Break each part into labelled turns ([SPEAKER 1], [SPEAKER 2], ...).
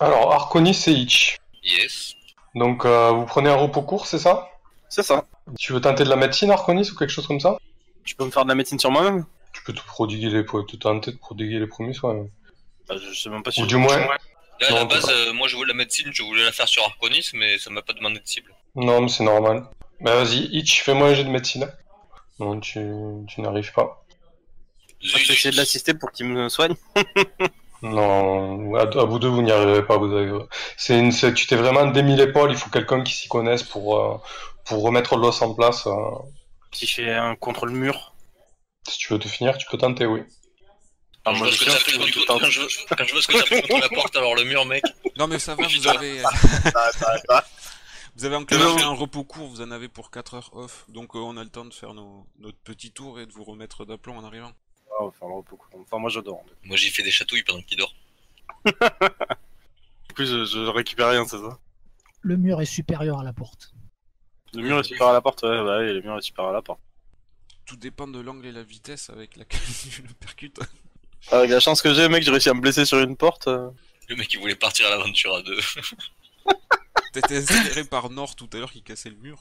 [SPEAKER 1] Marconi Seich.
[SPEAKER 2] Yes.
[SPEAKER 1] Donc euh, vous prenez un repos court, c'est ça
[SPEAKER 3] C'est ça.
[SPEAKER 1] Tu veux tenter de la médecine, Arconis, ou quelque chose comme ça
[SPEAKER 3] Je peux me faire de la médecine sur moi-même
[SPEAKER 1] Tu peux te prodiguer les po- te tenter de prodiguer les premiers soins.
[SPEAKER 3] bah, Je je sais même pas si.
[SPEAKER 1] Ou
[SPEAKER 3] je-
[SPEAKER 1] du moins,
[SPEAKER 2] Là,
[SPEAKER 1] Non,
[SPEAKER 2] à la
[SPEAKER 1] on peut
[SPEAKER 2] base,
[SPEAKER 1] pas.
[SPEAKER 2] euh, moi, je voulais la médecine, je voulais la faire sur Arconis, mais ça m'a pas demandé de
[SPEAKER 3] Ah,
[SPEAKER 2] cible.
[SPEAKER 1] non, mais c'est normal. Bah vas-y, Itch, fais-moi un jet de médecine. Non, tu, tu n'arrives pas.
[SPEAKER 3] Je vais essayer de l'assister pour qu'il me soigne.
[SPEAKER 1] Non, à, à vous deux, vous n'y arriverez pas. Vous avez... C'est une, c'est- tu t'es vraiment démis l'épaule. Il faut quelqu'un qui s'y connaisse pour euh, pour remettre l'os en place. euh.
[SPEAKER 3] Si je fais un contre le mur.
[SPEAKER 1] Si tu veux te finir, tu peux tenter, oui.
[SPEAKER 3] Ah,
[SPEAKER 2] Quand je
[SPEAKER 3] moi,
[SPEAKER 2] vois ce
[SPEAKER 3] je
[SPEAKER 2] que
[SPEAKER 3] sais,
[SPEAKER 2] ça
[SPEAKER 3] je
[SPEAKER 2] fait
[SPEAKER 3] peux tout
[SPEAKER 2] contre-
[SPEAKER 3] tenter.
[SPEAKER 2] quand je- quand je vois ce que ça fait contre la porte, alors le mur, mec.
[SPEAKER 4] Non, mais ça va, vous
[SPEAKER 2] Putain.
[SPEAKER 4] avez, euh,
[SPEAKER 3] Ah, ah, ah.
[SPEAKER 4] vous avez enclenché un repos court, vous en avez pour 4 heures off, donc euh, on a le temps de faire nos- notre petit tour et de vous remettre d'aplomb en arrivant.
[SPEAKER 3] Ah, on va faire le repos, quoi. Enfin, moi je dors.
[SPEAKER 2] Moi, j'ai fait des chatouilles pendant qu'il dort.
[SPEAKER 3] Du coup, je, je récupère rien, c'est ça
[SPEAKER 5] Le mur est supérieur à la porte.
[SPEAKER 3] Le mur est super à la porte, ouais, bah oui, le mur est super à la porte.
[SPEAKER 4] Tout dépend de l'angle et la vitesse avec laquelle je le percute.
[SPEAKER 3] Avec la chance que j'ai, mec, j'ai réussi à me blesser sur une porte. euh.
[SPEAKER 2] Le mec, il voulait partir à l'aventure à deux.
[SPEAKER 4] T'étais inspiré par Nord tout à l'heure qui cassait le mur.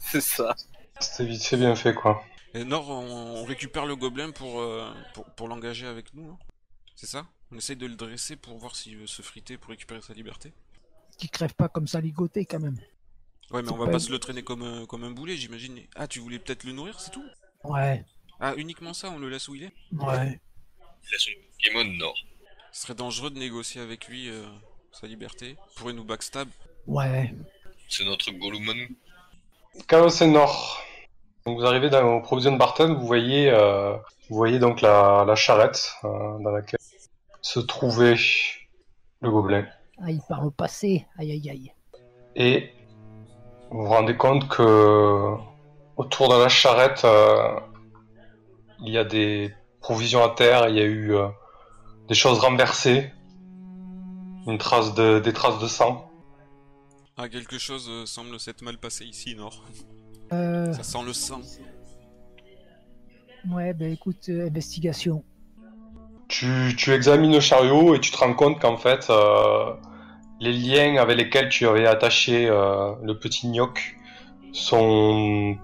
[SPEAKER 3] C'est ça.
[SPEAKER 1] C'est vite, c'est bien fait, quoi.
[SPEAKER 4] Et Nord, on, on récupère le gobelin pour, euh, pour, pour l'engager avec nous, non C'est ça On essaye de le dresser pour voir s'il veut se friter pour récupérer sa liberté
[SPEAKER 5] Qui crève pas comme ça ligoté quand même.
[SPEAKER 4] Ouais, mais
[SPEAKER 5] C'est
[SPEAKER 4] on va
[SPEAKER 5] pas
[SPEAKER 4] pas
[SPEAKER 5] une-
[SPEAKER 4] se le traîner comme un, comme un boulet, j'imagine. Ah, tu voulais peut-être le nourrir, c'est tout
[SPEAKER 5] Ouais,
[SPEAKER 4] Ah, uniquement ça, on le laisse où il est
[SPEAKER 5] ouais.
[SPEAKER 2] Il a son Pokémon Nord.
[SPEAKER 4] Ce serait dangereux de négocier avec lui euh, sa liberté. Il pourrait nous backstab.
[SPEAKER 5] Ouais.
[SPEAKER 2] C'est notre Gollum.
[SPEAKER 1] Chaos et Nord. Donc vous arrivez dans, au Provision Barton, vous voyez, euh, vous voyez donc la, la charrette euh, dans laquelle se trouvait le gobelet.
[SPEAKER 5] Ah, il part au passé. Aïe, aïe, aïe.
[SPEAKER 1] Et vous vous rendez compte que autour de la charrette, euh, il y a des provisions à terre, il y a eu euh, des choses renversées, une trace de, des traces de sang.
[SPEAKER 4] Ah, quelque chose euh, semble s'être mal passé ici, Nord.
[SPEAKER 5] Euh,
[SPEAKER 4] Ça sent le sang.
[SPEAKER 5] ouais, ben écoute, euh, investigation.
[SPEAKER 1] Tu, tu examines le chariot et tu te rends compte qu'en fait, euh, les liens avec lesquels tu avais attaché euh, le petit gnoc sont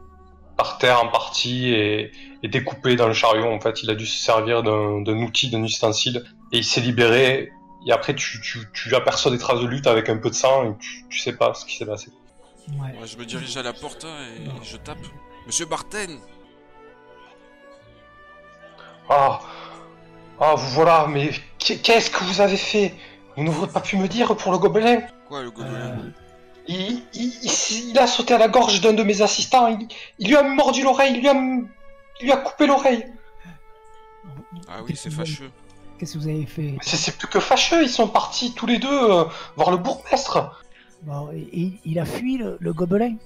[SPEAKER 1] par terre en partie et, et découpés dans le chariot. En fait, il a dû se servir d'un d'un outil, d'un ustensile et il s'est libéré. Et après, tu, tu, tu aperçois des traces de lutte avec un peu de sang et tu, tu sais pas ce qui s'est passé.
[SPEAKER 5] Ouais.
[SPEAKER 4] Ouais, je me dirige à la porte hein, et je tape. Monsieur Barten
[SPEAKER 1] Ah, ah, vous voilà, mais qu'est- qu'est-ce que vous avez fait Vous n'aurez pas pu me dire pour le gobelin
[SPEAKER 4] Quoi, le gobelin
[SPEAKER 5] Euh,
[SPEAKER 1] Il, il- il- il a sauté à la gorge d'un de mes assistants, il, il lui a mordu l'oreille, il, lui a m- il lui a coupé l'oreille.
[SPEAKER 4] Ah oui, c'est fâcheux.
[SPEAKER 5] Qu'est-ce que vous avez fait
[SPEAKER 1] C'est- C'est plus que fâcheux, ils sont partis tous les deux euh, voir le bourgmestre.
[SPEAKER 5] Bon, et- et il a fui le, le gobelin.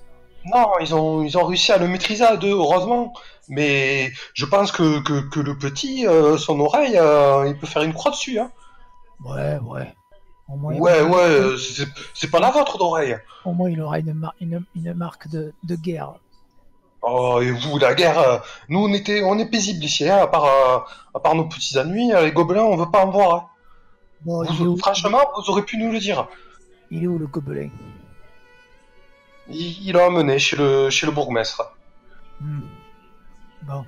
[SPEAKER 1] Non, ils ont, ils ont réussi à le maîtriser à deux, heureusement. Mais je pense que, que- que le petit, euh, son oreille, euh, il peut faire une croix dessus. Hein.
[SPEAKER 5] Ouais, ouais. Au moins, il-
[SPEAKER 1] Ouais, ouais, euh, c'est c'est pas la vôtre d'oreille.
[SPEAKER 5] Au moins, il aura une, mar- une, une marque de, de guerre.
[SPEAKER 1] Oh, et vous, la guerre, euh, nous on, était, on est paisible ici, hein, à, part, euh, à part nos petits ennuis, euh, les gobelins, on veut pas en voir. hein.
[SPEAKER 5] Bon, Oh, il est
[SPEAKER 1] Vous-
[SPEAKER 5] où,
[SPEAKER 1] franchement, vous aurez pu nous le dire.
[SPEAKER 5] il est où le gobelin
[SPEAKER 1] Il il l'a emmené chez le, chez le bourgmestre.
[SPEAKER 5] Hmm. Bon.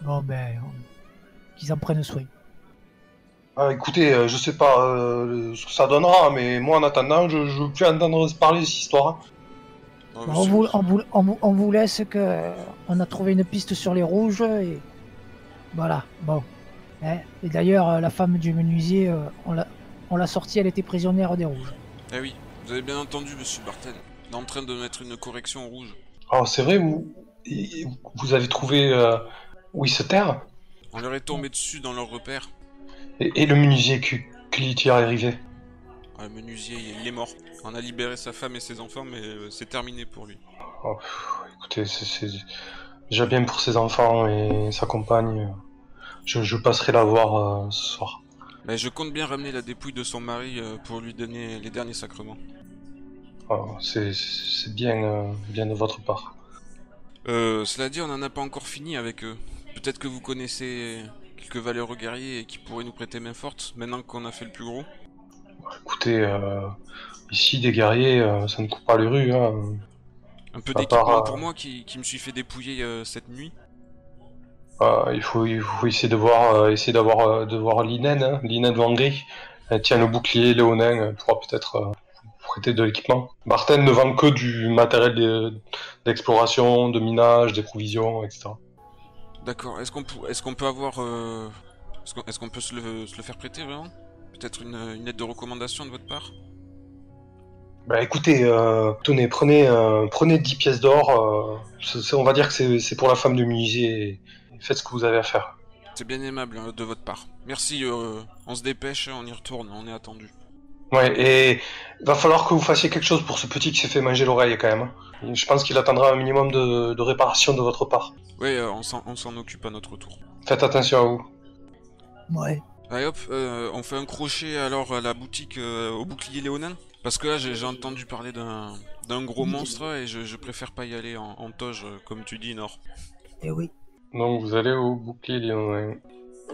[SPEAKER 5] Bon, ben. on- Qu'ils en prennent soin.
[SPEAKER 1] Ah, écoutez, euh, je sais pas euh, ce que ça donnera, mais moi en attendant, je, je veux plus entendre parler de cette histoire. hein.
[SPEAKER 4] Non,
[SPEAKER 5] Bon,
[SPEAKER 4] mais
[SPEAKER 5] Bah, on,
[SPEAKER 4] c'est-
[SPEAKER 5] vous, on, vous, on vous- on vous laisse que. euh, On a trouvé une piste sur les rouges et. Voilà, bon. Eh, Et d'ailleurs, euh, la femme du menuisier, euh, on l'a- on l'a sortie, elle était prisonnière des rouges.
[SPEAKER 4] Eh oui, vous avez bien entendu, monsieur Bartel. On est en train de mettre une correction au rouge.
[SPEAKER 1] Ah, c'est vrai, vous, et- et vous avez trouvé euh, où ils se terrent
[SPEAKER 4] On leur est tombé dessus dans leur repère.
[SPEAKER 1] et, et le menuisier qui, qui y est arrivé.
[SPEAKER 4] Ah, le menuisier, il est mort. On a libéré sa femme et ses enfants, mais euh, c'est terminé pour lui.
[SPEAKER 1] Écoutez, c'est- c'est déjà bien pour ses enfants et sa compagne. Je, je passerai la voir euh, ce soir.
[SPEAKER 4] Mais je compte bien ramener la dépouille de son mari euh, pour lui donner les derniers sacrements.
[SPEAKER 1] Ah, c'est- c'est bien, euh, bien de votre part.
[SPEAKER 4] Euh, cela dit, on n'en a pas encore fini avec eux. Peut-être que vous connaissez quelques valeureux guerriers qui pourraient nous prêter main forte, maintenant qu'on a fait le plus gros.
[SPEAKER 1] Écoutez, euh, ici, des guerriers, euh, ça ne coupe pas les rues. Hein.
[SPEAKER 4] Un peu
[SPEAKER 1] Par
[SPEAKER 4] d'équipement
[SPEAKER 1] rapport à-
[SPEAKER 4] pour moi qui, qui me suis fait dépouiller euh, cette nuit.
[SPEAKER 1] Euh, il, faut, il faut essayer de voir, euh, essayer d'avoir, euh, de voir l'Inen, hein, l'Inen de Vangry. Elle tient le bouclier, Léonin euh, pourra peut-être euh, vous prêter de l'équipement. Barten ne vend que du matériel de- d'exploration, de minage, des provisions, etc.
[SPEAKER 4] D'accord, est-ce qu'on pou- est-ce qu'on peut avoir... euh, Est-ce qu'on est-ce qu'on peut se le... se le faire prêter vraiment Peut-être une... euh, une lettre de recommandation de votre part
[SPEAKER 1] Bah écoutez, euh, tenez, prenez, euh, prenez 10 pièces d'or. euh, c'est- c'est- on va dire que c'est c'est pour la femme de musée. Faites ce que vous avez à faire.
[SPEAKER 4] C'est bien aimable euh, de votre part. Merci, euh, on se dépêche, on y retourne, on est attendu.
[SPEAKER 1] Ouais, et il va falloir que vous fassiez quelque chose pour ce petit qui s'est fait manger l'oreille quand même. hein. Je pense qu'il attendra un minimum de, de réparation de votre part.
[SPEAKER 4] Oui, euh, on s'en on s'en occupe à notre tour.
[SPEAKER 1] Faites attention à vous.
[SPEAKER 5] Ouais.
[SPEAKER 4] Allez hop, euh, on fait un crochet alors à la boutique euh, au bouclier léonin. Parce que là j'ai j'ai entendu parler d'un d'un gros monstre et je, je préfère pas y aller en, en toge euh, comme tu dis Nord.
[SPEAKER 5] Et eh oui.
[SPEAKER 1] Donc vous allez au bouclier Léonin.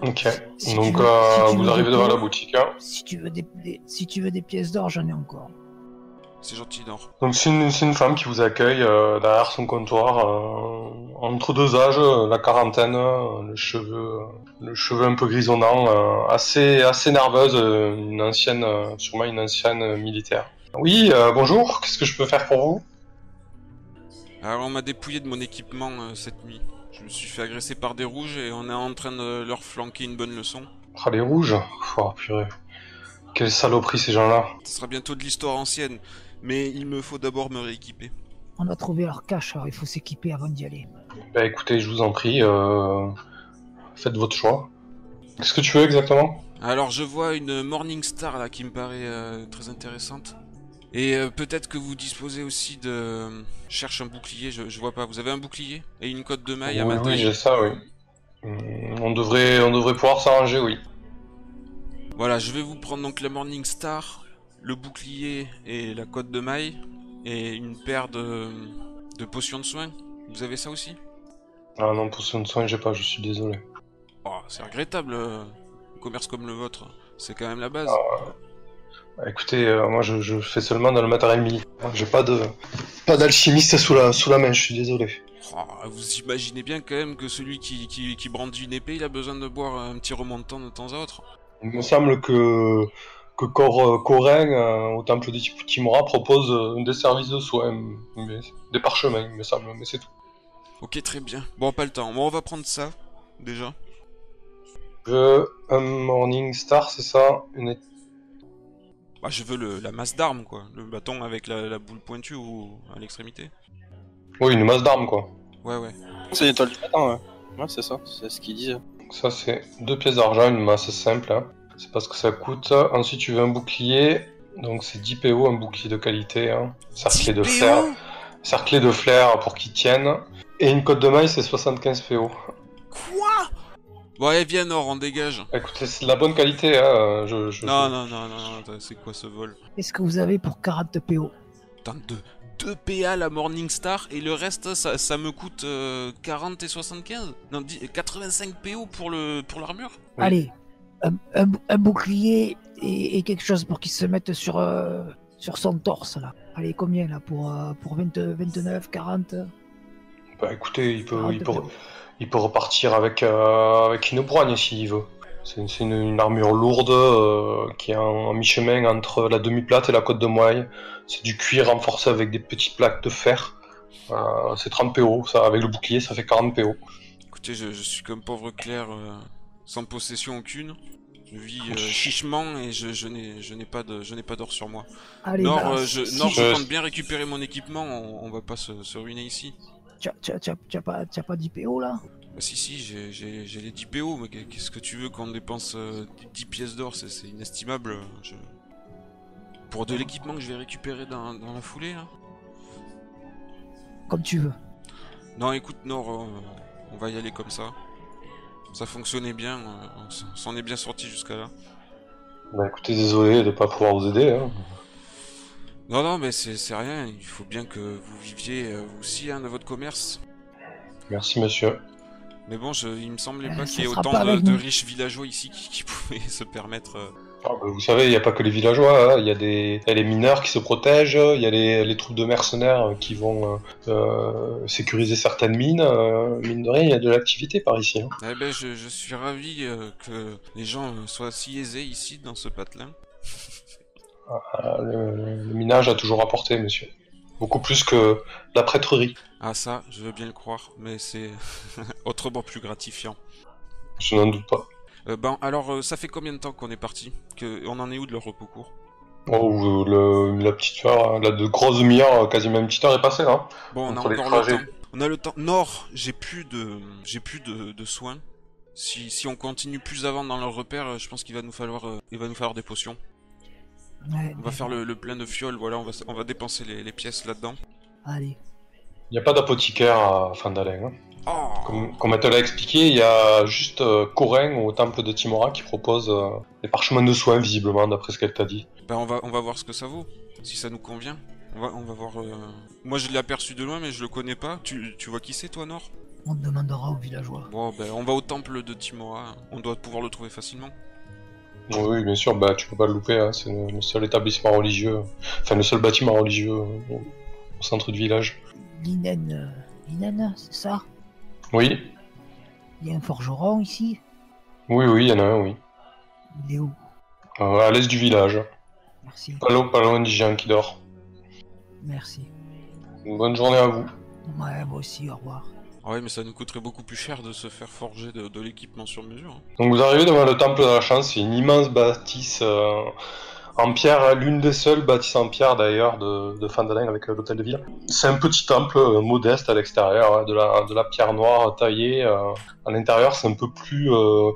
[SPEAKER 1] Ok.
[SPEAKER 5] Si
[SPEAKER 1] Donc
[SPEAKER 5] tu veux-
[SPEAKER 1] euh,
[SPEAKER 5] si tu
[SPEAKER 1] vous
[SPEAKER 5] veux
[SPEAKER 1] arrivez
[SPEAKER 5] des
[SPEAKER 1] devant la
[SPEAKER 5] pièces-
[SPEAKER 1] boutique. hein.
[SPEAKER 5] Si tu veux des, des- si tu veux des pièces d'or, j'en ai encore.
[SPEAKER 4] C'est gentil Nord.
[SPEAKER 1] Donc c'est une, c'est une femme qui vous accueille euh, derrière son comptoir, euh, entre deux âges, euh, la quarantaine, euh, le cheveu, euh, le cheveu un peu grisonnant, euh, assez assez nerveuse, euh, une ancienne, euh, sûrement une ancienne euh, militaire. Oui, euh, bonjour. Qu'est-ce que je peux faire pour vous
[SPEAKER 4] Alors on m'a dépouillé de mon équipement euh, cette nuit. Je me suis fait agresser par des rouges et on est en train de leur flanquer une bonne leçon.
[SPEAKER 1] Ah les rouges. Oh purée. Quelle saloperie ces gens-là.
[SPEAKER 4] Ce sera bientôt de l'histoire ancienne, mais il me faut d'abord me rééquiper.
[SPEAKER 5] On a trouvé leur cache, alors il faut s'équiper avant d'y aller.
[SPEAKER 1] Bah écoutez, je vous en prie, euh, faites votre choix. Qu'est-ce que tu veux exactement
[SPEAKER 4] Alors je vois une Morning Star là qui me paraît euh, très intéressante. Et euh, peut-être que vous disposez aussi de... Je cherche un bouclier, je, je vois pas. Vous avez un bouclier Et une cote de maille à
[SPEAKER 1] Oui,
[SPEAKER 4] ma
[SPEAKER 1] oui,
[SPEAKER 4] taille
[SPEAKER 1] j'ai ça, oui. Hum, On devrait, on devrait pouvoir s'arranger, oui.
[SPEAKER 4] Voilà, je vais vous prendre donc la Morning Star, le bouclier et la cote de maille. Et une paire de, de potions de soins. Vous avez ça aussi
[SPEAKER 1] Ah non, pour ce ne soin, j'ai pas, je suis désolé.
[SPEAKER 4] Oh, c'est regrettable. euh, Un commerce comme le vôtre, c'est quand même la base.
[SPEAKER 1] Bah, Ah, Écoutez, euh, moi je, je fais seulement dans le matériel militaire. J'ai pas de, pas d'alchimiste sous la, sous la main, je suis désolé.
[SPEAKER 4] Oh, vous imaginez bien quand même que celui qui, qui, qui brandit une épée, il a besoin de boire un petit remontant de temps à autre.
[SPEAKER 1] Il me semble que, que Cor, euh, Corin, euh, au temple de Tip- Timora, propose euh, des services de soins, mais- des parchemins, il me semble, mais c'est tout.
[SPEAKER 4] Ok, très bien. Bon, pas le temps. Bon, on va prendre ça, déjà.
[SPEAKER 1] Je, un Morning Star, c'est ça Une
[SPEAKER 4] Bah, je veux le, la masse d'armes, quoi. Le bâton avec la, la boule pointue ou à l'extrémité.
[SPEAKER 1] Oui, une masse d'armes, quoi.
[SPEAKER 4] Ouais, ouais.
[SPEAKER 3] C'est l'étoile du matin, ouais. Ouais, c'est ça, c'est ce qu'il dit. hein.
[SPEAKER 1] Donc Ça, c'est deux pièces d'argent, une masse simple. hein. C'est parce que ça coûte. Ensuite, tu veux un bouclier. Donc, c'est 10 PO, un bouclier de qualité. hein. Cerclé de fer. Cerclé de flair pour qu'il tienne. Et une cote de maille, c'est 75 PO.
[SPEAKER 4] Quoi Bon, allez, viens, Nord, on dégage.
[SPEAKER 1] Écoutez, c'est de la bonne qualité. hein, Je, je-
[SPEAKER 4] Non, non, non, non, non, attends, c'est quoi ce vol
[SPEAKER 5] Qu'est-ce que vous avez pour 40 PO
[SPEAKER 4] Putain, deux, deux PA la Morningstar et le reste, ça, ça me coûte euh, 40 et 75 Non, dix- 85 PO pour le pour l'armure
[SPEAKER 1] Oui.
[SPEAKER 5] Allez, un, un bou- un bouclier et, et quelque chose pour qu'il se mette sur, euh, sur son torse, là. Allez, combien, là, pour, euh, pour 20 29, 40
[SPEAKER 1] Bah, écoutez, il peut,
[SPEAKER 5] 40
[SPEAKER 1] il peut,
[SPEAKER 5] PO.
[SPEAKER 1] il peut repartir avec, euh, avec une brogne s'il veut. C'est une, c'est une- une armure lourde euh, qui est en, en mi-chemin entre la demi-plate et la côte de moelle. C'est du cuir renforcé avec des petites plaques de fer. Euh, c'est 30 PO, ça, avec le bouclier ça fait 40 PO.
[SPEAKER 4] Écoutez, je, je suis comme pauvre Claire, euh, sans possession aucune. Je vis euh, chichement et je, je n'ai je n'ai pas de je n'ai pas d'or sur moi.
[SPEAKER 5] Allez, bah,
[SPEAKER 4] Nord,
[SPEAKER 5] balance.
[SPEAKER 4] euh, je,
[SPEAKER 5] Si-
[SPEAKER 4] Nord, je
[SPEAKER 1] je-
[SPEAKER 4] compte bien récupérer mon équipement, on, on va pas se, se ruiner ici.
[SPEAKER 5] tu as- tu as- tu as- tu as pas, tu as pas 10 PO, là
[SPEAKER 4] Bah, si, si, j'ai- j'ai j'ai les 10 PO, mais qu'est- qu'est-ce que tu veux qu'on dépense euh, 10 pièces d'or C'est c'est inestimable. je- Pour de l'équipement que je vais récupérer dans, dans la foulée, là.
[SPEAKER 5] Comme tu veux.
[SPEAKER 4] Non, écoute, Nord, euh, on va y aller comme ça. Ça fonctionnait bien, euh, on s- on s'en est bien sorti jusqu'à là.
[SPEAKER 1] Bah écoutez, désolé de pas pouvoir vous aider. hein.
[SPEAKER 4] Non, non, mais c'est c'est rien, il faut bien que vous viviez euh, vous aussi hein, de votre commerce.
[SPEAKER 1] Merci monsieur.
[SPEAKER 4] Mais bon, je, il me semblait
[SPEAKER 5] Euh,
[SPEAKER 4] pas
[SPEAKER 5] ça
[SPEAKER 4] qu'il y ait
[SPEAKER 5] sera
[SPEAKER 4] autant
[SPEAKER 5] pas
[SPEAKER 4] de,
[SPEAKER 5] avec
[SPEAKER 4] de
[SPEAKER 5] nous.
[SPEAKER 4] riches villageois ici qui, qui pouvaient se permettre euh,
[SPEAKER 1] Ah, bah, vous savez, il n'y a pas que les villageois, hein, il y, a des- il y a les mineurs qui se protègent, il y a les, les troupes de mercenaires euh, qui vont euh, euh, sécuriser certaines mines. euh, mine de rien, il y a de l'activité par ici. hein.
[SPEAKER 4] Eh ben, je, je suis ravi euh, que les gens euh, soient si aisés ici dans ce patelin.
[SPEAKER 1] Ah, le, le minage a toujours apporté, monsieur. Beaucoup plus que la prêtrerie.
[SPEAKER 4] Ah ça, je veux bien le croire, mais c'est autrement plus gratifiant.
[SPEAKER 1] Je n'en doute pas.
[SPEAKER 4] Euh, ben alors, euh, ça fait combien de temps qu'on est parti Que on en est où de leur repos court
[SPEAKER 1] Oh, le- la petite heure, hein, la de grosse demi-heure, euh, quasiment une petite heure est passée hein. là.
[SPEAKER 4] Bon, on a
[SPEAKER 1] Entre les
[SPEAKER 4] encore le
[SPEAKER 1] trajets.
[SPEAKER 4] temps. On a le temps. Nord, j'ai plus de, j'ai plus de, de soins. Si, si on continue plus avant dans leur repère, euh, je pense qu'il va nous falloir, euh, il va nous falloir des potions.
[SPEAKER 5] Ouais,
[SPEAKER 4] On va faire le, le plein de fioles. Voilà, on va, s- on va dépenser les, les pièces là-dedans.
[SPEAKER 5] Allez.
[SPEAKER 1] Il n'y a pas d'apothicaire à Fandalen. hein.
[SPEAKER 4] Oh,
[SPEAKER 1] Comme, comme elle te l'a expliqué, il y a juste euh, Corin au temple de Timora qui propose euh, des parchemins de soins, visiblement, d'après ce qu'elle t'a dit.
[SPEAKER 4] Ben on va, on va voir ce que ça vaut, si ça nous convient. On va, on va voir. euh, Moi je l'ai aperçu de loin mais je le connais pas. Tu, tu vois qui c'est toi Nord
[SPEAKER 5] On te demandera aux villageois.
[SPEAKER 4] Bon ben on va au temple de Timoa. On doit pouvoir le trouver facilement.
[SPEAKER 1] Oui, Oui, bien sûr, bah, tu peux pas le louper, hein, c'est le, le seul établissement religieux, enfin le seul bâtiment religieux euh, au, au centre du village.
[SPEAKER 5] Linen. euh, Linen, c'est ça
[SPEAKER 1] Oui,
[SPEAKER 5] Il y a un forgeron ici
[SPEAKER 1] oui, oui, il y en a un, oui.
[SPEAKER 5] Il est où
[SPEAKER 1] Euh, à l'est du village,
[SPEAKER 5] Merci.
[SPEAKER 1] pas loin, pas loin du géant qui dort.
[SPEAKER 5] Merci.
[SPEAKER 1] Bonne journée à vous.
[SPEAKER 5] Ouais, moi aussi, au revoir.
[SPEAKER 4] Ah ouais mais ça nous coûterait beaucoup plus cher de se faire forger de, de l'équipement sur mesure. hein.
[SPEAKER 1] Donc vous arrivez devant le temple de la chance, c'est une immense bâtisse euh, en pierre, hein, l'une des seules bâtisses en pierre d'ailleurs de, de Phandalin avec euh, l'hôtel de ville. C'est un petit temple euh, modeste à l'extérieur, hein, de, la, de la pierre noire taillée. euh, à l'intérieur c'est un peu plus euh,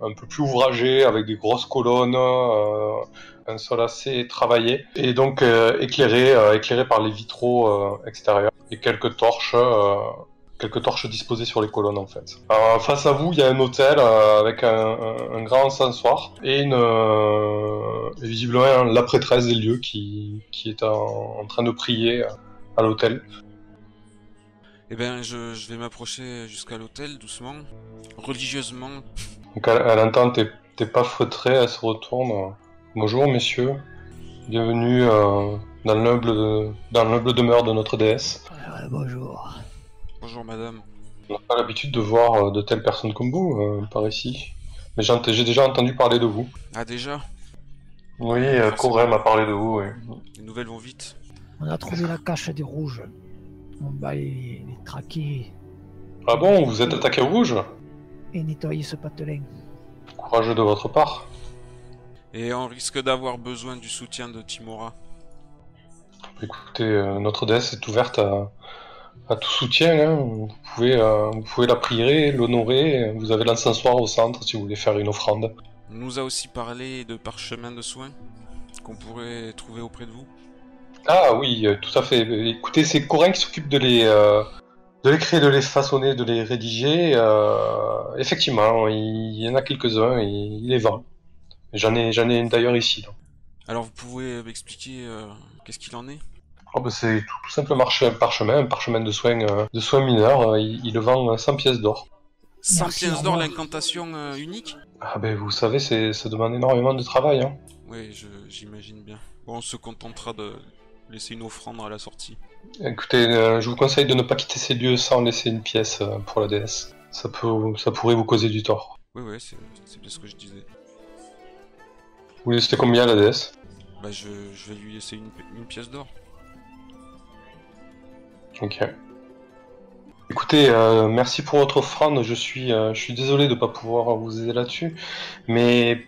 [SPEAKER 1] un peu plus ouvragé avec des grosses colonnes, euh, un sol assez travaillé et donc euh, éclairé euh, éclairé par les vitraux euh, extérieurs et quelques torches. euh, quelques torches disposées sur les colonnes en fait. Euh, face à vous, il y a un hôtel euh, avec un, un- un grand encensoir et une euh, et visiblement la prêtresse des lieux qui, qui est en, en train de prier euh, à l'hôtel.
[SPEAKER 4] Eh ben je, je vais m'approcher jusqu'à l'hôtel doucement, religieusement.
[SPEAKER 1] Donc elle, elle entend tes, tes pas feutrés, elle se retourne. Bonjour messieurs, bienvenue euh, dans l'humble dans l'humble demeure de notre déesse.
[SPEAKER 5] Ouais, bonjour.
[SPEAKER 4] Bonjour madame.
[SPEAKER 1] On n'a pas l'habitude de voir euh, de telles personnes comme vous euh, par ici, mais j'en- j'ai déjà entendu parler de vous.
[SPEAKER 4] Ah déjà
[SPEAKER 1] Oui, euh, Corem a parlé de vous. Oui.
[SPEAKER 4] Les nouvelles vont vite.
[SPEAKER 5] On a trouvé la cache des rouges. On va les, les traquer
[SPEAKER 1] Ah bon, vous êtes attaqué au rouge
[SPEAKER 5] et nettoyer ce patelin.
[SPEAKER 1] Courageux de votre part.
[SPEAKER 4] Et on risque d'avoir besoin du soutien de Timora.
[SPEAKER 1] Écoutez, euh, notre déesse est ouverte à, à tout soutien. hein. Vous, pouvez, euh, vous pouvez la prier, l'honorer. Vous avez l'encensoir au centre si vous voulez faire une offrande.
[SPEAKER 4] On nous a aussi parlé de parchemins de soins qu'on pourrait trouver auprès de vous.
[SPEAKER 1] Ah oui, euh, tout à fait. Écoutez, c'est Corin qui s'occupe de les... euh, De les créer, de les façonner, de les rédiger, euh, effectivement, il y en a quelques-uns et il les vend. J'en ai, j'en ai une d'ailleurs ici. là.
[SPEAKER 4] Alors vous pouvez m'expliquer euh, qu'est-ce qu'il en est
[SPEAKER 1] Oh, bah, c'est tout, tout simple marche- parchemin, un parchemin de soins, euh, de soins mineurs. euh, il, il le vend euh, 100 pièces d'or.
[SPEAKER 4] 100
[SPEAKER 5] Merci, au
[SPEAKER 4] pièces d'or
[SPEAKER 5] revoir.
[SPEAKER 4] l'incantation euh, unique
[SPEAKER 1] Ah ben vous savez, c'est, ça demande énormément de travail. Hein.
[SPEAKER 4] Oui, je- j'imagine bien. Bon, on se contentera de laisser une offrande à la sortie.
[SPEAKER 1] Écoutez, euh, je vous conseille de ne pas quitter ces lieux sans laisser une pièce euh, pour la déesse. Ça, peut, ça pourrait vous causer du tort.
[SPEAKER 4] Oui, oui, c'est c'est bien ce que je disais.
[SPEAKER 1] Vous laissez combien à la déesse
[SPEAKER 4] Bah, je, je vais lui laisser une, pi- une pièce d'or.
[SPEAKER 1] Ok. Écoutez, euh, merci pour votre offrande. Je suis, euh, je suis désolé de ne pas pouvoir vous aider là-dessus. Mais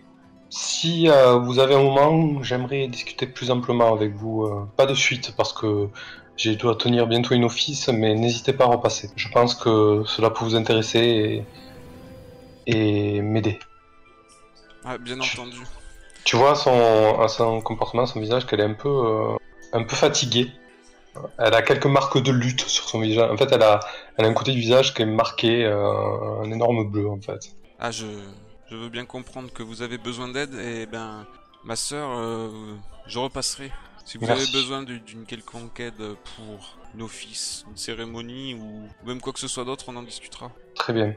[SPEAKER 1] si euh, vous avez un moment, j'aimerais discuter plus amplement avec vous. euh, pas de suite, parce que j'ai dois tenir bientôt une office, mais n'hésitez pas à repasser. Je pense que cela peut vous intéresser et, et m'aider.
[SPEAKER 4] Ah, bien entendu.
[SPEAKER 1] Tu vois à son, à son comportement, à son visage, qu'elle est un peu, euh, un peu fatiguée. Elle a quelques marques de lutte sur son visage. En fait, elle a, elle a un côté du visage qui est marqué, euh, un énorme bleu en fait.
[SPEAKER 4] Ah, je, je veux bien comprendre que vous avez besoin d'aide, et ben, ma sœur, euh, je repasserai. Si vous
[SPEAKER 1] Merci.
[SPEAKER 4] avez besoin du- d'une quelconque aide pour un office, une cérémonie, ou même quoi que ce soit d'autre, on en discutera.
[SPEAKER 1] Très bien.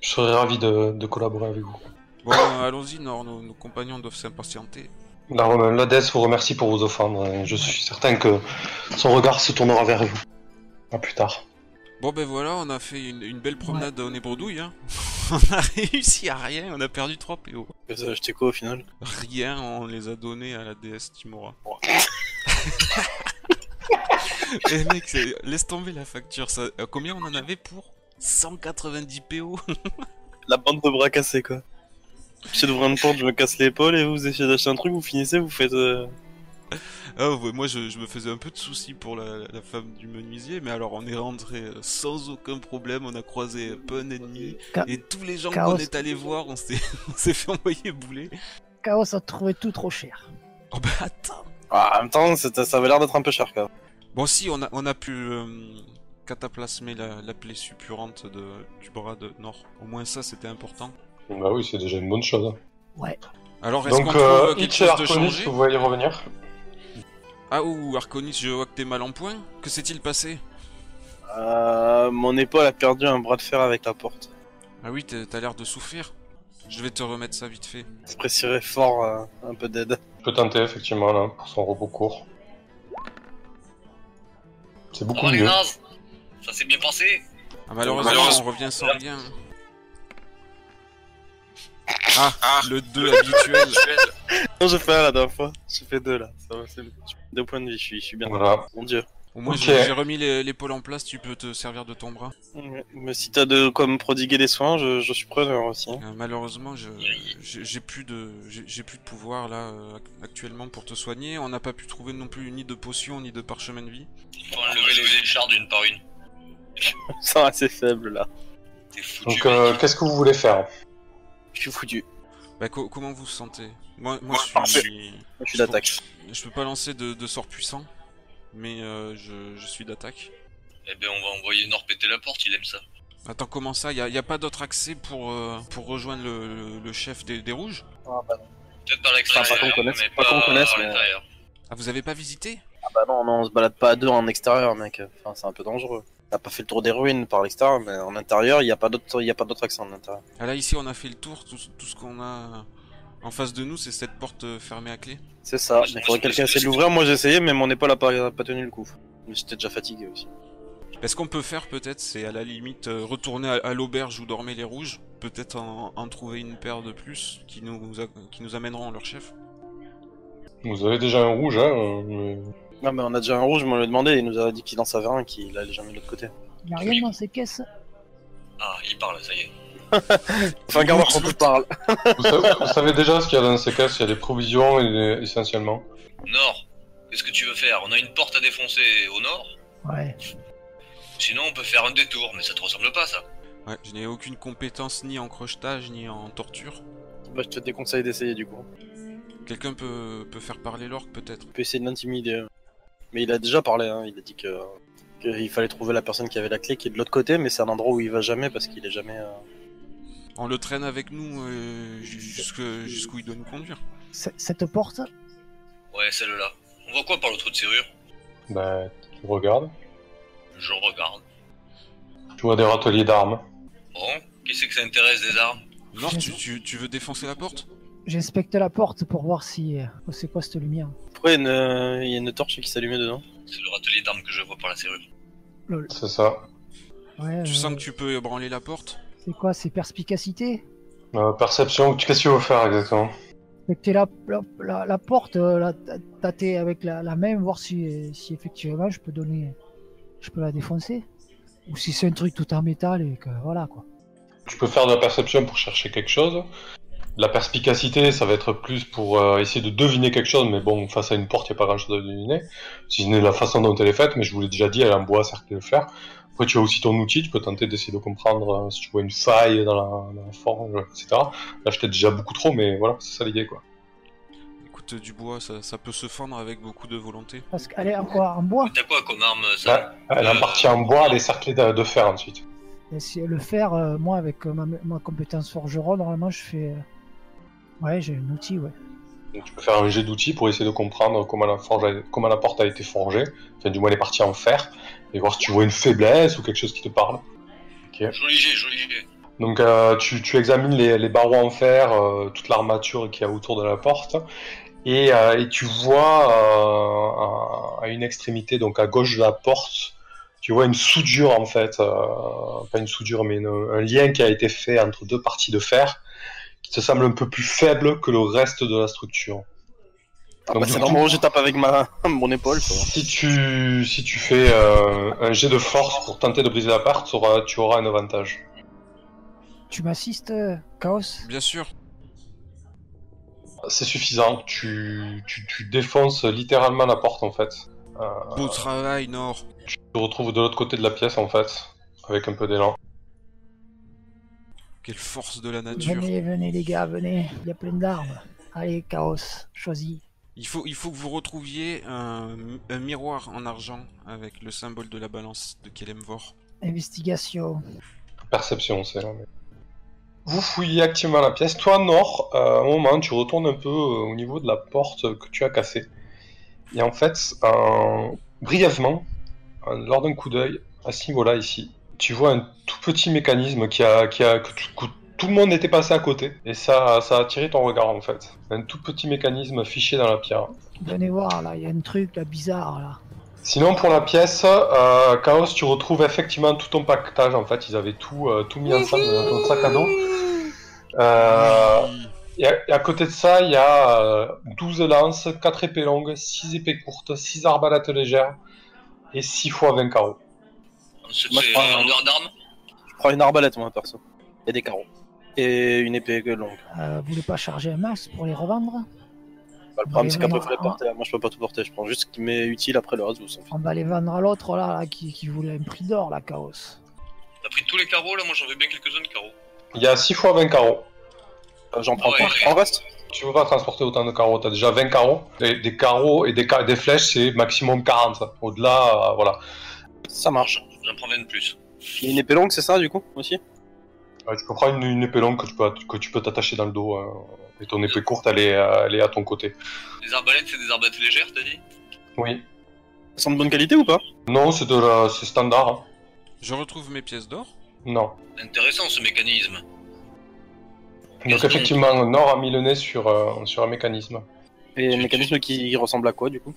[SPEAKER 1] Je serais ravi de, de collaborer avec vous.
[SPEAKER 4] Bon, euh, allons-y, Nord, nos, nos compagnons doivent s'impatienter.
[SPEAKER 1] La- L'Hadès vous remercie pour vos offrandes. et Je suis certain que son regard se tournera vers vous. À plus tard.
[SPEAKER 4] Bon, ben voilà, on a fait une, une belle promenade au Nébredouille, hein. on a réussi à rien, on a perdu 3 PO.
[SPEAKER 3] Vous avez acheté quoi au final
[SPEAKER 4] Rien, on les a donnés à la déesse Timora. Eh mec, c'est- laisse tomber la facture, ça... euh, combien on en avait pour 190 PO
[SPEAKER 3] La bande de bras cassés quoi. J'essaie d'ouvrir une porte, je me casse l'épaule et vous essayez d'acheter un truc, vous finissez, vous faites. euh,
[SPEAKER 4] Ah ouais, moi je, je me faisais un peu de soucis pour la, la femme du menuisier, mais alors on est rentré euh, sans aucun problème, on a croisé peu un ennemi,
[SPEAKER 5] Ca-
[SPEAKER 4] et tous les gens
[SPEAKER 5] Chaos.
[SPEAKER 4] qu'on est allés voir, on s'est on s'est fait envoyer bouler.
[SPEAKER 5] Chaos a trouvé tout trop cher.
[SPEAKER 4] Oh bah attends
[SPEAKER 3] Ah, en même temps, c'était- ça avait l'air d'être un peu cher quoi.
[SPEAKER 4] Bon si, on a, on a pu euh, cataplasmer la, la plaie suppurante de, du bras de Nord. Au moins ça, c'était important.
[SPEAKER 1] Bah oui, c'est déjà une bonne chose. hein.
[SPEAKER 4] Alors est-ce qu'on
[SPEAKER 1] Donc,
[SPEAKER 4] trouve
[SPEAKER 1] euh,
[SPEAKER 4] euh, quelque
[SPEAKER 1] Hitch et
[SPEAKER 4] chose de
[SPEAKER 1] Arconis,
[SPEAKER 4] changé
[SPEAKER 1] vous voyez revenir.
[SPEAKER 4] Ah ou Arconis, je vois que t'es mal en point. Que s'est-il passé
[SPEAKER 3] Euh, mon épaule a perdu un bras de fer avec la porte.
[SPEAKER 4] Ah oui, t'es- t'as l'air de souffrir. Je vais te remettre ça vite fait.
[SPEAKER 3] Je précierais fort euh, un peu d'aide.
[SPEAKER 1] Je peux tenter, effectivement, là, pour son repos court. C'est beaucoup
[SPEAKER 2] Oh les
[SPEAKER 1] mieux.
[SPEAKER 2] nazes Ça s'est bien passé
[SPEAKER 4] Ah, malheureusement,
[SPEAKER 2] Malheureusement.
[SPEAKER 4] on revient sans rien. Ah, le 2 habituel.
[SPEAKER 3] Non, j'ai fait un la dernière fois. J'ai fait deux là. Ça va, c'est bon. Deux points de vie, je suis, je suis bien.
[SPEAKER 1] Voilà.
[SPEAKER 3] Mon dieu.
[SPEAKER 4] Au moins,
[SPEAKER 1] Ok.
[SPEAKER 4] j'ai- j'ai remis les- l'épaule en place, tu peux te servir de ton bras.
[SPEAKER 3] Ouais, Mais si t'as de quoi me prodiguer des soins, je, je suis preneur aussi. hein.
[SPEAKER 4] Euh, malheureusement, je- j'ai j'ai plus de j'ai j'ai plus de pouvoir là euh, actuellement pour te soigner. On n'a pas pu trouver non plus ni de potion ni de parchemin de vie.
[SPEAKER 2] Il faut enlever les échardes une par une.
[SPEAKER 3] Je me sens assez faible là.
[SPEAKER 2] T'es foutu.
[SPEAKER 1] Donc, euh, qu'est-ce que vous voulez faire
[SPEAKER 3] Je suis foutu.
[SPEAKER 4] Bah, co- comment vous vous sentez Moi, moi,
[SPEAKER 3] Ouais,
[SPEAKER 4] je suis
[SPEAKER 3] Je suis d'attaque.
[SPEAKER 4] je peux pas lancer de, de sort puissant, mais euh, je, je suis d'attaque.
[SPEAKER 2] Eh ben on va envoyer Nord péter la porte, il aime ça.
[SPEAKER 4] Attends, comment ça Il n'y a, pas d'autre accès pour, euh, pour rejoindre le, le- le chef des, des rouges
[SPEAKER 3] Ah bah,
[SPEAKER 2] Peut-être par l'extérieur,
[SPEAKER 3] Enfin, pas qu'on connaisse-
[SPEAKER 2] mais
[SPEAKER 3] pas qu'on connaisse,
[SPEAKER 2] par
[SPEAKER 3] mais-
[SPEAKER 2] l'intérieur.
[SPEAKER 4] Ah, vous avez pas visité
[SPEAKER 3] ah bah non, non, on se balade pas à deux en extérieur, mec. Enfin, c'est un peu dangereux. T'as pas fait le tour des ruines par l'extérieur, mais en intérieur, il y a pas d'autre, il y a pas d'autre accent en intérieur.
[SPEAKER 4] Ah là, ici, on a fait le tour. Tout, ce- tout ce qu'on a en face de nous, c'est cette porte euh, fermée à clé.
[SPEAKER 3] C'est ça. Il faudrait quelqu'un essayer de l'ouvrir. Moi, j'ai essayé, mais mon épaule a pas, a pas tenu le coup. Mais j'étais déjà fatigué aussi.
[SPEAKER 4] est ce qu'on peut faire, peut-être, c'est à la limite euh, retourner à, à l'auberge où dormaient les rouges. Peut-être en, en trouver une paire de plus qui nous, a- qui nous amèneront leur chef.
[SPEAKER 1] Vous avez déjà un rouge, hein euh, mais-
[SPEAKER 3] Non, mais on a déjà un rouge, mais on lui a demandé, il nous a dit qu'il en savait un, qu'il allait jamais de l'autre côté.
[SPEAKER 5] Il n'y a rien dans ces caisses.
[SPEAKER 2] Ah, il parle, ça y est.
[SPEAKER 3] Enfin, garde quand tu parles.
[SPEAKER 1] vous, savez, vous savez déjà ce qu'il y a dans ces caisses, il y a des provisions et des- essentiellement.
[SPEAKER 2] Nord, qu'est-ce que tu veux faire On a une porte à défoncer au nord.
[SPEAKER 5] Ouais.
[SPEAKER 2] Sinon on peut faire un détour, mais ça te ressemble pas ça.
[SPEAKER 4] Ouais, je n'ai aucune compétence ni en crochetage ni en torture.
[SPEAKER 3] Bah, je te déconseille d'essayer du coup.
[SPEAKER 4] Quelqu'un peut, peut faire parler l'orque, peut-être.
[SPEAKER 3] On peut essayer de l'intimider. Mais il a déjà parlé, hein. il a dit que qu'il fallait trouver la personne qui avait la clé qui est de l'autre côté, mais c'est un endroit où il va jamais parce qu'il est jamais. euh,
[SPEAKER 4] On le traîne avec nous euh, ju- jusque- jusqu'où il doit nous conduire.
[SPEAKER 5] C- Cette porte,
[SPEAKER 2] Ouais, celle-là. On voit quoi par le trou de serrure
[SPEAKER 1] Ben, tu regardes.
[SPEAKER 2] Je regarde.
[SPEAKER 1] Tu vois des râteliers d'armes.
[SPEAKER 2] Bon, qui c'est que ça intéresse des armes
[SPEAKER 4] Nord, tu, tu- tu veux défoncer la porte
[SPEAKER 5] j'inspecte la porte pour voir si. oh, c'est quoi cette lumière
[SPEAKER 3] Après, il y a une- euh, il y a une torche qui s'allumait dedans.
[SPEAKER 2] C'est le râtelier d'armes que je vois par la serrure.
[SPEAKER 5] Lol.
[SPEAKER 1] C'est ça.
[SPEAKER 5] Ouais,
[SPEAKER 4] Tu
[SPEAKER 5] euh,
[SPEAKER 4] sens que tu peux branler la porte
[SPEAKER 5] C'est quoi C'est perspicacité
[SPEAKER 1] Euh, perception, qu'est-ce que tu veux faire exactement
[SPEAKER 5] Inspecter la, la, la- la porte, euh, la ta- tâter avec la, la main, voir si, si effectivement je peux donner. Je peux la défoncer. Ou si c'est un truc tout en métal et que voilà quoi.
[SPEAKER 1] Tu peux faire de la perception pour chercher quelque chose. La perspicacité, ça va être plus pour euh, essayer de deviner quelque chose, mais bon, face à une porte, il n'y a pas grand-chose à deviner. Si ce n'est la façon dont elle est faite, mais je vous l'ai déjà dit, elle est en bois, cercle de fer. Après, tu as aussi ton outil, tu peux tenter d'essayer de comprendre euh, si tu vois une faille dans la, dans la forge, etc. Là, je t'ai déjà beaucoup trop, mais voilà, c'est ça l'idée, quoi.
[SPEAKER 4] Écoute, du bois, ça, ça peut se fendre avec beaucoup de volonté.
[SPEAKER 5] Parce qu'elle est encore en bois.
[SPEAKER 2] T'as quoi comme arme ça
[SPEAKER 3] Bah.
[SPEAKER 1] Là, elle est en partie en bois, elle est cerclée de, de fer ensuite.
[SPEAKER 5] Et si le faire, euh, moi avec euh, ma, ma compétence forgeron, normalement je fais. euh, Ouais, j'ai un outil, ouais.
[SPEAKER 1] Donc, tu peux faire un jet d'outils pour essayer de comprendre comment la, forge a- comment la porte a été forgée, enfin du moins les parties en fer, et voir si tu vois une faiblesse ou quelque chose qui te parle.
[SPEAKER 2] Joli jet, joli jet.
[SPEAKER 1] Donc euh, tu, tu examines les, les barreaux en fer, euh, toute l'armature qu'il y a autour de la porte, et, euh, et tu vois euh, à, à une extrémité, donc à gauche de la porte, tu vois une soudure en fait, euh, pas une soudure mais une- un lien qui a été fait entre deux parties de fer, qui te semble un peu plus faible que le reste de la structure.
[SPEAKER 3] Ah
[SPEAKER 1] Donc,
[SPEAKER 3] bah,
[SPEAKER 1] du
[SPEAKER 3] c'est
[SPEAKER 1] coup-
[SPEAKER 3] normal, je tape avec ma mon épaule. quoi.
[SPEAKER 1] Si tu, si tu fais euh, un jet de force pour tenter de briser la porte, tu auras, tu auras un avantage.
[SPEAKER 5] Tu m'assistes, euh, Chaos
[SPEAKER 4] Bien sûr.
[SPEAKER 1] C'est suffisant, tu, tu, tu défonces littéralement la porte en fait. Euh,
[SPEAKER 4] Beau travail, Nord.
[SPEAKER 1] tu te retrouves de l'autre côté de la pièce en fait, avec un peu d'élan.
[SPEAKER 4] Quelle force de la nature.
[SPEAKER 5] Venez, venez les gars, venez. Il y a plein d'armes. Allez, Chaos, choisis.
[SPEAKER 4] Il faut, il faut que vous retrouviez un, un miroir en argent avec le symbole de la balance de Kelemvor.
[SPEAKER 5] Investigation.
[SPEAKER 1] Perception, c'est là. mais- Vous fouillez activement la pièce. Toi, Nord, euh, à un moment, tu retournes un peu euh, au niveau de la porte que tu as cassée. Et en fait, euh, brièvement, euh, lors d'un coup d'œil, à ce niveau-là, ici, tu vois un tout petit mécanisme qui a, qui a, que, tout, que tout le monde était passé à côté. Et ça, ça a attiré ton regard, en fait. Un tout petit mécanisme fiché dans la pierre.
[SPEAKER 5] Venez voir, là, il y a un truc là, bizarre là.
[SPEAKER 1] Sinon, pour la pièce, euh, Chaos, tu retrouves effectivement tout ton pactage. En fait, ils avaient tout, euh, tout mis ensemble dans ton sac à dos. Euh,
[SPEAKER 4] Oui.
[SPEAKER 1] et, à, et à côté de ça, il y a euh, 12 lances, 4 épées longues, 6 épées courtes, 6 arbalètes légères et 6 fois 20 carreaux.
[SPEAKER 2] C'est
[SPEAKER 3] Moi, je
[SPEAKER 2] c'est
[SPEAKER 3] prends
[SPEAKER 2] un
[SPEAKER 3] un-
[SPEAKER 2] vendeur d'armes
[SPEAKER 3] Je prends une arbalète moi perso. Et des carreaux. Et une épée longue.
[SPEAKER 5] Euh, vous voulez pas charger un max pour les revendre
[SPEAKER 3] Bah, le problème
[SPEAKER 5] Mais
[SPEAKER 3] c'est qu'après
[SPEAKER 5] vraiment,
[SPEAKER 3] faut les porter. Moi je peux pas tout porter. Je prends juste ce qui m'est utile après le reste vous s'en fiche.
[SPEAKER 5] On va les vendre à l'autre là, là, qui, qui voulait un prix d'or, la Chaos.
[SPEAKER 2] T'as pris tous les carreaux là Moi j'en veux bien quelques-uns de carreaux.
[SPEAKER 1] Il y a 6 fois 20 carreaux.
[SPEAKER 3] Euh, J'en prends
[SPEAKER 2] Ouais.
[SPEAKER 3] pas. En reste.
[SPEAKER 1] Tu peux pas transporter autant de carreaux, t'as déjà 20 carreaux. Et des carreaux et des, ca- des flèches, c'est maximum 40. Au-delà, euh, voilà.
[SPEAKER 3] Ça marche.
[SPEAKER 2] J'en prends 20 de plus.
[SPEAKER 3] Il y a une épée longue c'est ça du coup aussi.
[SPEAKER 1] Ouais, tu peux prendre une, une épée longue que tu peux, que tu peux t'attacher dans le dos. hein. et ton épée courte, elle est, euh, elle est à ton côté.
[SPEAKER 2] Les arbalètes, c'est des arbalètes légères, t'as dit
[SPEAKER 1] Oui.
[SPEAKER 3] Elles sont de bonne qualité ou pas
[SPEAKER 1] Non, c'est de la... c'est standard. hein.
[SPEAKER 4] Je retrouve mes pièces d'or.
[SPEAKER 1] Non.
[SPEAKER 2] Intéressant ce mécanisme.
[SPEAKER 1] Donc effectivement, Nord a mis le nez sur, euh, sur un mécanisme.
[SPEAKER 3] Et le mécanisme qui ressemble à quoi du coup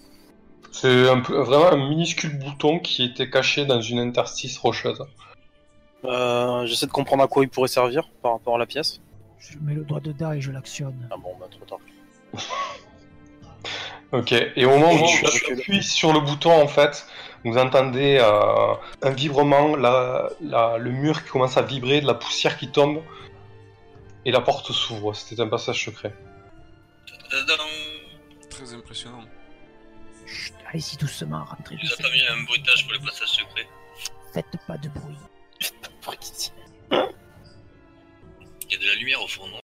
[SPEAKER 1] C'est un peu- vraiment un minuscule bouton qui était caché dans une interstice rocheuse.
[SPEAKER 3] Euh, J'essaie de comprendre à quoi il pourrait servir par rapport à la pièce.
[SPEAKER 5] Je mets le doigt dedans et je l'actionne.
[SPEAKER 3] Ah bon bah trop tard.
[SPEAKER 1] Ok, et au moment où
[SPEAKER 3] Oh,
[SPEAKER 1] tu
[SPEAKER 3] je-
[SPEAKER 1] appuies sur le bouton, en fait, vous entendez euh, un vibrement, la- la- le mur qui commence à vibrer, de la poussière qui tombe, et la porte s'ouvre. C'était un passage secret.
[SPEAKER 2] Tadam
[SPEAKER 4] Très impressionnant.
[SPEAKER 5] Chut, allez-y doucement, rentrez
[SPEAKER 2] Il nous a
[SPEAKER 5] doucement.
[SPEAKER 2] pas mis un bruitage pour les passages secrets.
[SPEAKER 5] Faites pas de bruit.
[SPEAKER 2] Il y a de la lumière au fond, non